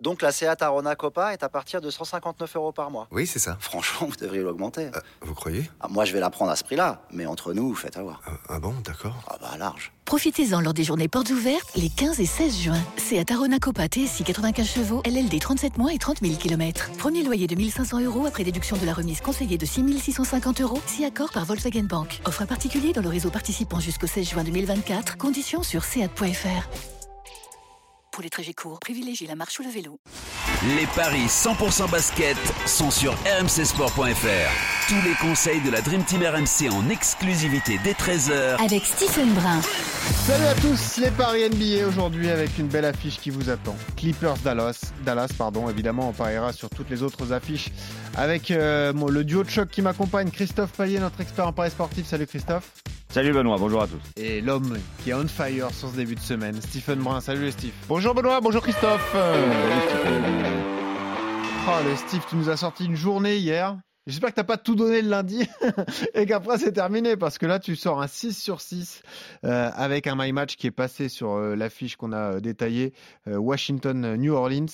Donc la Seat Arona Copa est à partir de 159 euros par mois. Oui, c'est ça. Franchement, vous devriez l'augmenter. Euh, vous croyez Ah, moi, je vais la prendre à ce prix-là, mais entre nous, faites avoir. Euh, Ah bon, d'accord. Ah bah large. Profitez-en lors des journées portes ouvertes les 15 et 16 juin. C'est à Tarona Copa TSI 95 chevaux, LLD 37 mois et 30 000 km. Premier loyer de 1500 euros après déduction de la remise conseillée de 6 650 euros, si accord par Volkswagen Bank. Offre à particulier dans le réseau participant jusqu'au 16 juin 2024. Conditions sur seat.fr. Pour les trajets courts, privilégiez la marche ou le vélo. Les paris 100% basket sont sur rmcsport.fr. Tous les conseils de la Dream Team RMC en exclusivité dès 13h Avec Stephen Brun. Salut à tous, les paris NBA aujourd'hui avec une belle affiche qui vous attend. Clippers Dallas, Dallas pardon, évidemment on pariera sur toutes les autres affiches avec euh, mon- le duo de choc qui m'accompagne, Christophe Payet, notre expert en paris sportif. Salut Christophe. Salut Benoît, bonjour à tous. Et l'homme qui est on fire sur ce début de semaine, Stephen Brun. Salut le Steve. Bonjour Benoît, bonjour Christophe. Oh le Steve, tu nous as sorti une journée hier. J'espère que t'as pas tout donné le lundi et qu'après c'est terminé parce que là tu sors un 6 sur 6 euh, avec un my match qui est passé sur euh, l'affiche qu'on a euh, détaillée Washington-New Orleans.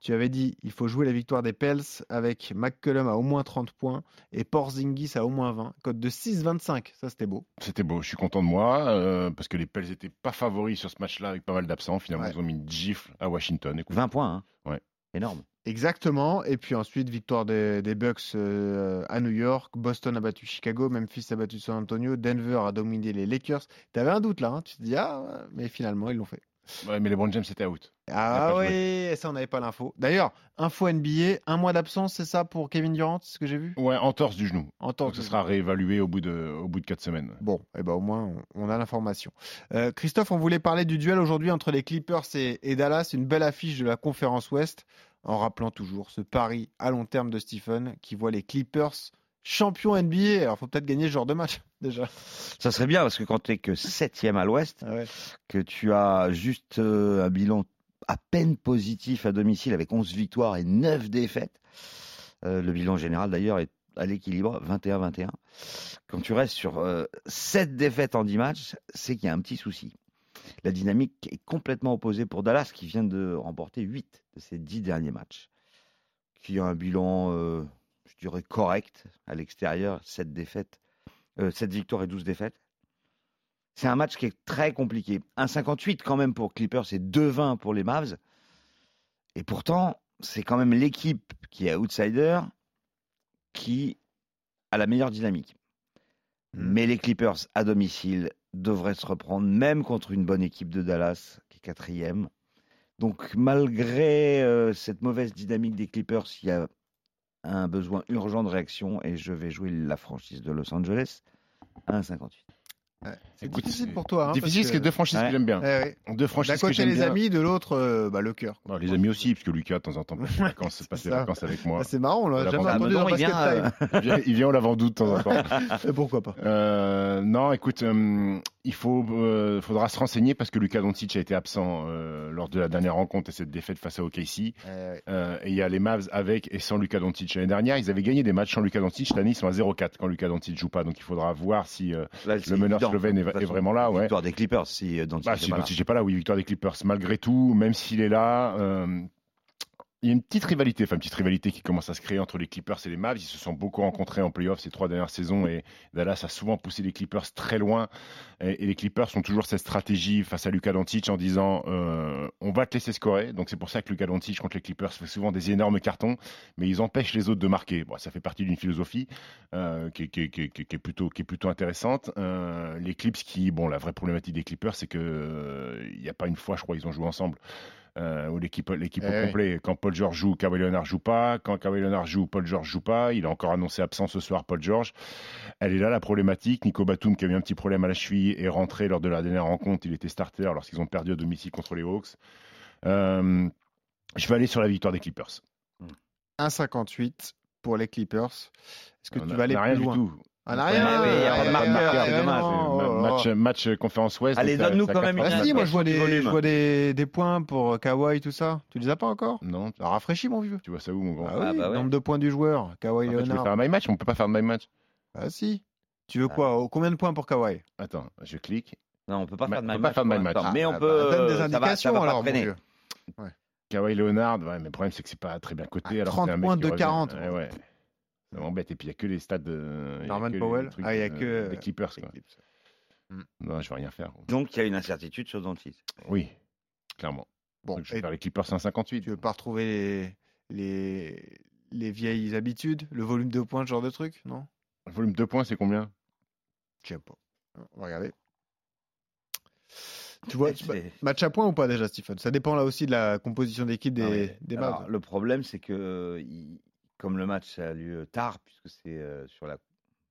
Tu avais dit il faut jouer la victoire des Pels avec McCollum à au moins 30 points et Porzingis à au moins 20. Code de 6-25, ça c'était beau. C'était beau, je suis content de moi, euh, parce que les Pels n'étaient pas favoris sur ce match-là avec pas mal d'absents. Finalement, Ouais. ils ont mis une gifle à Washington. Écoute, 20 points, hein Ouais. Énorme. Exactement. Et puis ensuite, victoire des, des Bucks euh, à New York. Boston a battu Chicago. Memphis a battu San Antonio. Denver a dominé les Lakers. T'avais un doute là. hein. Tu te dis, ah, mais finalement, ils l'ont fait. ouais, mais les Brown James étaient out. Ah pas oui, ça, on n'avait pas l'info. D'ailleurs, info NBA, un mois d'absence, c'est ça pour Kevin Durant, c'est ce que j'ai vu Ouais, en torse du genou. En tant Donc, que. ce sera réévalué au bout de, au bout de 4 semaines. Bon, eh ben, au moins, on, on a l'information. Euh, Christophe, on voulait parler du duel aujourd'hui entre les Clippers et, et Dallas. Une belle affiche de la conférence Ouest, en rappelant toujours ce pari à long terme de Stephen qui voit les Clippers champions NBA. Alors, faut peut-être gagner ce genre de match, déjà. Ça serait bien parce que quand t'es que septième à l'ouest, Ah ouais. que tu as juste euh, un bilan à peine positif à domicile avec 11 victoires et 9 défaites. Euh, le bilan général d'ailleurs est à l'équilibre 21-21. Quand tu restes sur 7 défaites en 10 matchs, c'est qu'il y a un petit souci. La dynamique est complètement opposée pour Dallas qui vient de remporter 8 de ses 10 derniers matchs. Qui a un bilan, euh, je dirais, correct à l'extérieur, 7 défaites, 7 victoires et 12 défaites. C'est un match qui est très compliqué. 1,58 quand même pour Clippers et 2,20 pour les Mavs. Et pourtant, c'est quand même l'équipe qui est outsider qui a la meilleure dynamique. Mais les Clippers à domicile devraient se reprendre, même contre une bonne équipe de Dallas qui est quatrième. Donc malgré euh, cette mauvaise dynamique des Clippers, il y a un besoin urgent de réaction et je vais jouer la franchise de Los Angeles à 1,58. Ouais. C'est Écoute, difficile c'est pour toi. hein, Difficile, parce que, deux franchises Ouais. que j'aime bien. Eh ouais. Deux franchises D'un que côté, j'aime les bien. amis, de l'autre, euh, bah, le cœur. quoi. Non, les amis aussi, parce que Lucas, de temps en temps, passe des vacances, passe des ça. vacances avec moi. Ah, c'est marrant, on l'a Voilà, jamais bon, Ah, entendu dans Meudon, il Basket vient, euh, Time. Il vient, il vient au lavandou de temps en temps. Et pourquoi pas Euh, non, écoute, hum, il faut, euh, faudra se renseigner parce que Lucas Doncic a été absent euh, lors de la dernière rencontre et cette défaite face à OKC. Eh Euh, et il y a les Mavs avec et sans Lucas Doncic. L'année dernière, ils avaient gagné des matchs sans Lucas Doncic. Cette année, ils sont à 0-4 quand Lucas Doncic joue pas. Donc, il faudra voir si euh, Là, c'est le meneur évident. slovène est, De toute est façon, vraiment là. Ouais. Victoire des Clippers si euh, Doncic Bah, est si pas là. Doncic n'est pas là, oui, victoire des Clippers. Malgré tout, même s'il est là, euh, il y a une petite rivalité, enfin une petite rivalité qui commence à se créer entre les Clippers et les Mavs. Ils se sont beaucoup rencontrés en playoff ces trois dernières saisons et Dallas a souvent poussé les Clippers très loin. Et, et les Clippers ont toujours cette stratégie face à Luka Doncic en disant euh, on va te laisser scorer. Donc c'est pour ça que Luka Doncic contre les Clippers fait souvent des énormes cartons, mais ils empêchent les autres de marquer. Bon, ça fait partie d'une philosophie euh, qui, est- qui est- qui est- qui est- qui est plutôt, qui est plutôt intéressante. Euh, les Clips qui, bon, la vraie problématique des Clippers, c'est que euh, il n'y a pas une fois, je crois, ils ont joué ensemble. Euh, où l'équipe l'équipe Eh au oui. complet, quand Paul George joue, Kawhi Leonard joue pas, quand Kawhi Leonard joue, Paul George joue pas, il a encore annoncé absent ce soir Paul George. Elle est là la problématique, Nico Batum qui a eu un petit problème à la cheville est rentré lors de la dernière rencontre, il était starter lorsqu'ils ont perdu à domicile contre les Hawks. Euh, je vais aller sur la victoire des Clippers. 1,58 pour les Clippers. Est-ce que On tu a- vas aller on a rien plus du loin tout. Ah, Ouais, rien, oui, il y a ouais, pas de ouais, ouais, marqueur, c'est ouais, dommage. non, Ma- oh, match, oh. match, euh, conférence Ouest. Allez, donc ça- donne-nous ça quand même capte une pas. Ah si, la moi je vois, du des, volume. je vois des, des points pour euh, Kawhi, tout ça. Tu les as pas encore Non, tu- Alors, Rafraîchis, mon vieux. tu vois ça où, mon grand Ah En oui, Ah bah ouais. nombre de points du joueur, Kawhi fait, je vais Leonard. faire un my match, on peut pas faire de my match. Ah si. Tu veux quoi Oh, Combien de points pour Kawhi Attends, je clique. Non, on peut pas Ma- faire de on my peut pas match. faire de pour my match. l'instant, Ah, Mais ah, on peut. bah, Donne des ça va- ça indications va pas alors, mon traîner. vieux. Kawhi Leonard, ouais, mais le problème, c'est que c'est pas très bien coté. Ah, alors que c'est 30 un mec points qui de revient. 40. Ouais, ouais. Ça m'embête. Et puis, il n'y a que les stades de. Norman Powell. Ah, il y a que- Les Clippers, quoi. Hmm. Non, je vais rien faire. Donc, il y a une incertitude sur Dantis. Oui, clairement. Bon, Donc, je vais et faire les Clippers 158. tu veux pas retrouver les, les, les vieilles habitudes, le volume de points, ce genre de truc, non Le volume de points, c'est combien Je sais pas. On va regarder. Tu vois, tu- Eh, C'est- match à points ou pas déjà, Stephen Ça dépend là aussi de la composition d'équipe des, Ah ouais. des Mavs. Alors, le problème, c'est que euh, il- comme le match a lieu tard, puisque c'est euh, sur, la,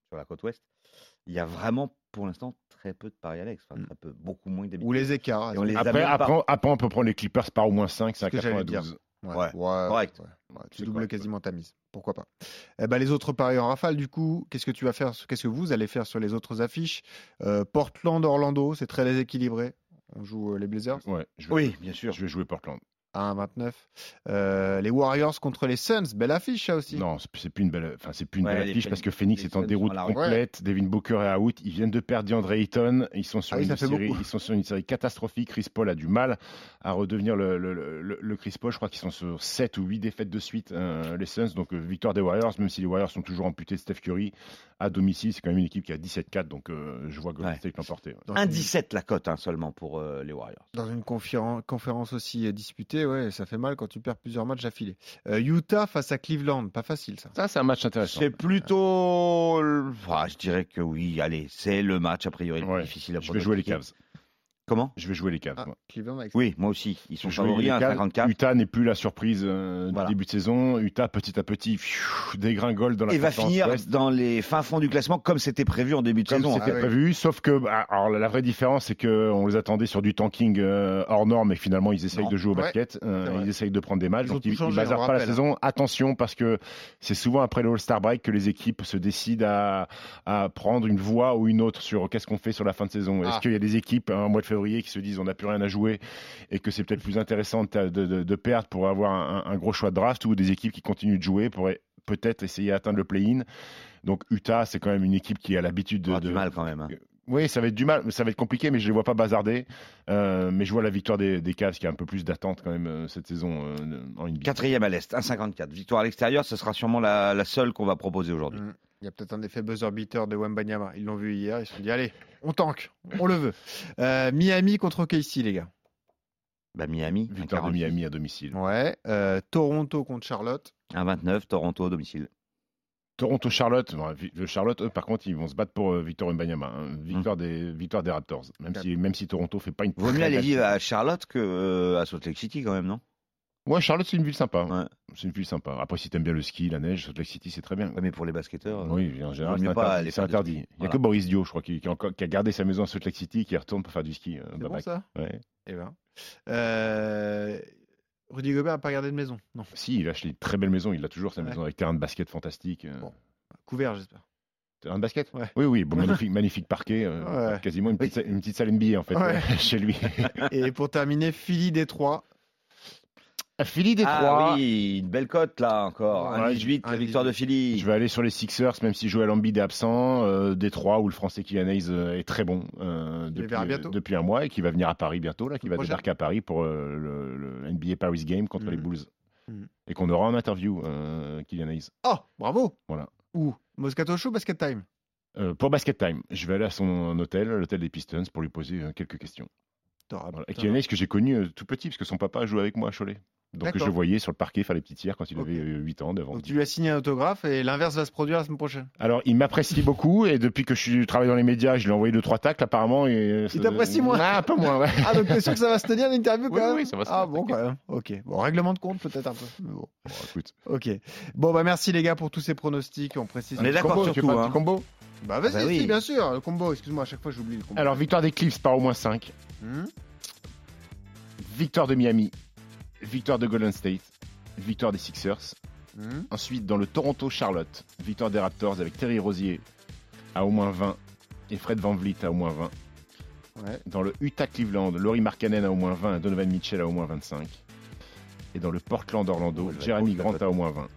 sur la côte ouest, il y a vraiment pour l'instant très peu de paris Alex. Enfin, Hmm. Mm. très peu, beaucoup moins que d'habitude. Ou les écarts. Et on les a après, même pas- après, on- après, on peut prendre les Clippers par au moins 5, c'est à que j'allais dire. 92. Ouais, Ouais, correct. ouais. C'est Tu doubles correct, quasiment ta mise. Pourquoi pas Eh ben, Les autres paris en rafale, du coup, qu'est-ce que tu vas faire Qu'est-ce que vous allez faire sur les autres affiches Euh, Portland, Orlando, c'est très déséquilibré. On joue euh, les Blazers Ouais, je vais, Oui, bien sûr. je vais jouer Portland. à 1,29. Euh, les Warriors contre les Suns, belle affiche ça aussi. Non, c'est c'est plus une belle, enfin, c'est plus une Ouais, belle les affiche parce que Phoenix les est en Suns sont déroute à la rue. complète. Devin Booker est out. Ils viennent de perdre DeAndre Ayton. Ils sont sur Ah oui, une ça fait série, beaucoup. ils sont sur une série catastrophique. Chris Paul a du mal à redevenir le, le- le- le Chris Paul. Je crois qu'ils sont sur 7 ou 8 défaites de suite euh, les Suns. Donc euh, victoire des Warriors, même si les Warriors sont toujours amputés de Steph Curry à domicile. C'est quand même une équipe qui a 17-4. Donc euh, je vois Golden Ouais. State l'emporter. ouais. Dans Un une- 17 la cote hein, seulement pour euh, les Warriors. Dans une conféren- conférence aussi euh, disputée, ouais, ça fait mal quand tu perds plusieurs matchs affilés. Euh, Utah face à Cleveland, pas facile ça. Ça, c'est un match intéressant. C'est plutôt. le- enfin, je dirais que oui, allez, c'est le match a priori le plus Ouais. difficile à Je vais jouer les pronostiquer. Cavs. Comment Je vais jouer les Cavs. Ah, moi. Cleveland avec Oui, moi aussi. Ils sont Je vais jouer favoris les à Cavs. 54. Utah n'est plus la surprise euh, Voilà. du début de saison. Utah, petit à petit, pfiou, dégringole dans la Et va conférence finir Ouest, dans les fins fonds du classement comme c'était prévu en début de Comme saison. hein. c'était ah ouais. prévu, sauf que bah, alors, la vraie différence, c'est que on les attendait sur du tanking euh, hors norme et que finalement ils essayent Non. de jouer au Ouais, basket, euh, c'est vrai. ils essayent de prendre des matchs, Ils ont donc tout ils, ils changé, bazardent on pas la rappelle. hein. saison. Attention, parce que c'est souvent après le All-Star break que les équipes se décident à, à prendre une voie ou une autre sur qu'est-ce qu'on fait sur la fin de saison. Ah. Est-ce qu'il y a des équipes hein, en mois de février qui se disent on n'a plus rien à jouer et que c'est peut-être plus intéressant de, de- de- de perdre pour avoir un, un gros choix de draft ou des équipes qui continuent de jouer pour e- peut-être essayer d'atteindre le play-in. Donc Utah, c'est quand même une équipe qui a l'habitude de, Aura de- du mal quand même. hein. Oui, ça va être du mal, mais ça va être compliqué, mais je les vois pas bazarder. Euh, mais je vois la victoire des, des Cavs qui a un peu plus d'attente quand même euh, cette saison euh, en NBA. Quatrième à l'Est, 1,54. Victoire à l'extérieur, ce sera sûrement la, la seule qu'on va proposer aujourd'hui. Mm. Il y a peut-être un effet buzzer beater de Wembanyama. Ils l'ont vu hier, ils se sont dit allez, on tank, on le veut. Euh, Miami contre KC, les gars. Bah, Miami, Victoire de 1,46. Miami à domicile. Ouais. euh, Toronto contre Charlotte. 1,29, Toronto à domicile. Toronto-Charlotte, bon, vi- le Charlotte, eux, par contre, ils vont se battre pour euh, Victor Wembanyama. hein. Hum. Victoire, des, victoire des Raptors, même si, même si Toronto fait pas une Vaut très mieux aller belle vivre saison. à Charlotte que euh, à Salt Lake City quand même, non Ouais, Charlotte, c'est une ville sympa. Ouais. C'est une ville sympa. Après, si t'aimes bien le ski, la neige, Salt Lake City, c'est très bien. Ouais, Mais pour les basketteurs, euh, Oui, en général, mieux c'est pas interdit. aller c'est faire des interdit. Il n'y trucs. a Voilà. que Boris Dio, je crois, qui, qui a encore- qui a gardé sa maison à Salt Lake City, qui retourne pour faire du ski. euh, C'est Babac. bon ça Ouais. Eh ben. Euh, Rudy Gobert n'a pas regardé de maison. Non. Si, il a acheté une très belle maison. Il a toujours sa Ouais. maison avec terrain de basket fantastique. euh, Bon. Couvert, j'espère. Terrain de basket Ouais. Oui, oui. bon, magnifique, magnifique parquet. euh, Ouais. Quasiment une petite, sa- une petite salle NBA, en fait, Ouais. euh, chez lui. Et pour terminer, Philly Détroit. Philly Ah Détroit. oui, une belle cote là encore. Ouais, 1,18, la un victoire de Philly. Je vais aller sur les Sixers, même si Joel Embiid est absent. Euh, Détroit, où le français Kylian Hayes euh, est très bon euh, les verra depuis, bientôt. depuis un mois et qui va venir à Paris bientôt, là, qui Semaine va prochaine. débarquer à Paris pour euh, le, le NBA Paris Game contre Mhm. les Bulls. Mhm. Et qu'on aura en interview, euh, Kylian Hayes. Oh, bravo Voilà. Où Moscato Show, Basket Time. Euh, pour Basket Time, je vais aller à son hôtel, l'hôtel des Pistons, pour lui poser euh, quelques questions. T'auras- Voilà. Et t'auras- Kylian Hayes, que j'ai connu euh, tout petit, parce que son papa a joué avec moi à Cholet. Donc D'accord. je le voyais sur le parquet faire les petits tirs quand il Ok. avait euh, 8 ans, 9 ans. Donc tu lui as signé un autographe et l'inverse va se produire la semaine prochaine. Alors il m'apprécie beaucoup, et depuis que je suis- travaille dans les médias, je lui ai envoyé 2-3 tacles apparemment. Et, euh, ça- t'apprécie moins. Ah, un peu moins, ouais. Ah, donc t'es sûr que ça va se tenir l'interview quand Oui, même oui, ça va se Ah tenir, bon, quand même. Ok. Bon, règlement de compte peut-être un peu. mais bon. Bon, écoute. Ok. Bon, bah merci les gars pour tous ces pronostics. On précise. On est d'accord Combo, sur tu tout, veux pas un petit hein. combo Bah vas-y, Bah si, oui. bien sûr. Le combo, excuse-moi, à chaque fois j'oublie le combo. Alors victoire des Cliffs par au moins 5, Hmm victoire de Miami, victoire de Golden State, victoire des Sixers. Hmm Ensuite, dans le Toronto-Charlotte, victoire des Raptors avec Terry Rosier à au moins 20 et Fred Van Vliet à au moins 20. Ouais. Dans le Utah-Cleveland, Laurie Markkanen à au moins 20 et Donovan Mitchell à au moins 25. Et dans le Portland-Orlando, Oh, je Jeremy la cote, Grant la à au moins 20.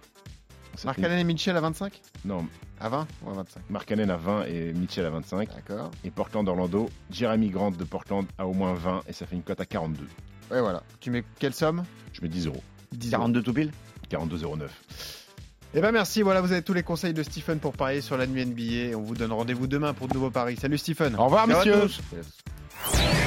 Ça Marc fait- Allen et Mitchell à 25 Non, À 20 ou à 25 Markkanen à 20 et Mitchell à 25. D'accord. Et Portland-Orlando, Jeremy Grant de Portland à au moins 20 et ça fait une cote à 42. Ouais, voilà. Tu mets quelle somme Je mets 10 euros. 10 euros. 42 tout pile 42,09. Eh ben merci, voilà, vous avez tous les conseils de Stephen pour parier sur la nuit NBA. On vous donne rendez-vous demain pour de nouveaux paris. Salut Stephen Au revoir, Ciao à messieurs tous.